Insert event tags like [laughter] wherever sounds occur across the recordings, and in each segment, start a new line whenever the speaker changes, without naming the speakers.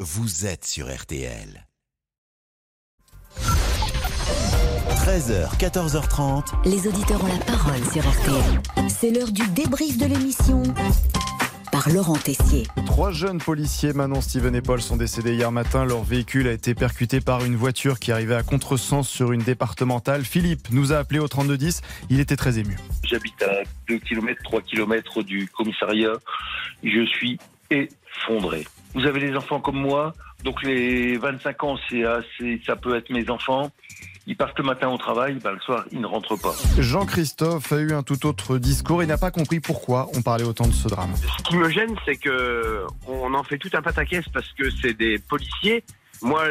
vous êtes sur RTL. 13h, 14h30.
Les auditeurs ont la parole sur RTL. C'est l'heure du débrief de l'émission par Laurent Tessier.
Trois jeunes policiers, Manon, Steven et Paul, sont décédés hier matin. Leur véhicule a été percuté par une voiture qui arrivait à contresens sur une départementale. Philippe nous a appelé au 3210. Il était très ému.
J'habite à 2 km, 3 km du commissariat. Je suis effondré. Vous avez des enfants comme moi, donc les 25 ans, c'est assez, ça peut être mes enfants. Ils partent le matin au travail, ben le soir, ils ne rentrent pas.
Jean-Christophe a eu un tout autre discours et n'a pas compris pourquoi on parlait autant de ce drame.
Ce qui me gêne, c'est que on en fait tout un pataquès parce que c'est des policiers. Moi,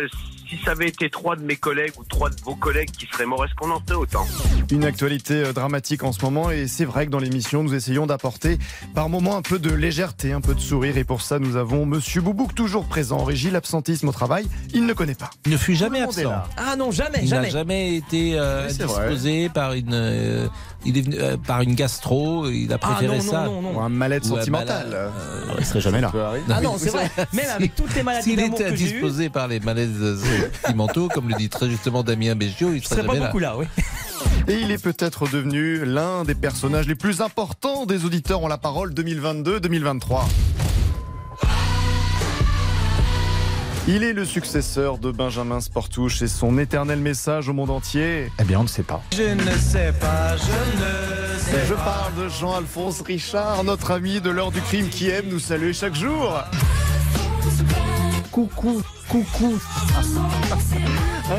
si ça avait été trois de mes collègues ou trois de vos collègues qui seraient morts, est-ce qu'on en ferait autant
Une actualité euh, dramatique en ce moment et c'est vrai que dans l'émission, nous essayons d'apporter par moments un peu de légèreté, un peu de sourire et pour ça, nous avons Monsieur Boubouk toujours présent en régie, l'absentisme au travail, il ne connaît pas.
Il ne fut jamais
Tout le monde est
absent.
là.
Ah non, jamais,
Il n'a
jamais.
jamais été euh,
Oui, c'est vrai.
disposé par une, euh, il est venu, euh, par une gastro. Il a
Ah
préféré
non,
ça.
non, non,
Ou
non.
un mal-être
Ou un
sentimental.
malade,
Euh, il serait jamais là.
Ah non, c'est
[laughs]
vrai. Même avec toutes les maladies
S'il
d'amour
était
que j'ai eues,
indisposé par les malaises euh, sentimentaux, comme le dit très justement Damien Bégiot, il
je
serait
serais pas
jamais là.
beaucoup là, oui.
Et il est peut-être devenu l'un des personnages les plus importants des auditeurs en la parole 2022-2023. Il est le successeur de Benjamin Sportouche et son éternel message au monde entier.
Eh bien, on ne sait pas.
Je parle de Jean-Alphonse Richard, notre ami de l'heure du crime qui aime nous saluer chaque jour. Coucou, coucou.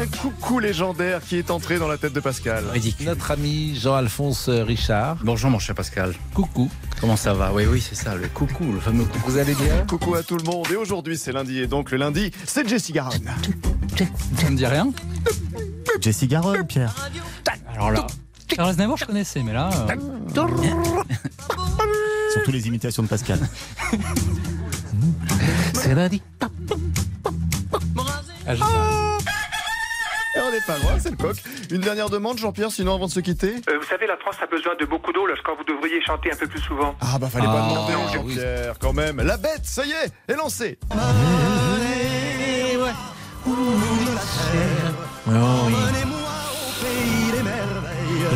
Un coucou légendaire qui est entré dans la tête de Pascal.
Notre ami Jean-Alphonse euh, Richard.
Bonjour, mon cher Pascal.
Coucou.
Comment ça va Oui, oui, c'est ça, le coucou, le fameux coucou.
Vous allez bien
Coucou à tout le monde. Et aujourd'hui, c'est lundi. Et donc, le lundi, c'est Jessie Garonne.
Ça ne dit rien
Jessie Garonne, Pierre.
Alors là. Charles Aznavour, je connaissais, mais là. euh,
Surtout les imitations de Pascal. [laughs]
ah, je sais pas.
Et on n'est pas loin, c'est le coq. Une dernière demande, Jean-Pierre, sinon avant de se quitter
Euh, vous savez, la France a besoin de beaucoup d'eau lorsqu'on vous devriez chanter un peu plus souvent.
Ah, bah, fallait
Ah,
pas demander,
oui.
Jean-Pierre, quand même. La bête, ça y est, est lancée.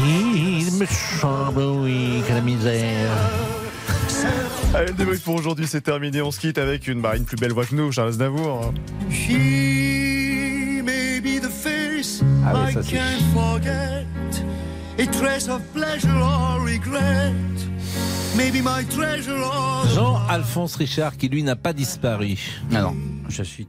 Il me semble, Ah bah oui, que la misère.
Allez, le débrief pour aujourd'hui, c'est terminé. On se quitte avec une, bah, une plus belle voix que nous, Charles Aznavour. hein.
Ah oui, ça c'est. Jean-Alphonse Richard, qui lui n'a pas disparu.
Ah non, je suis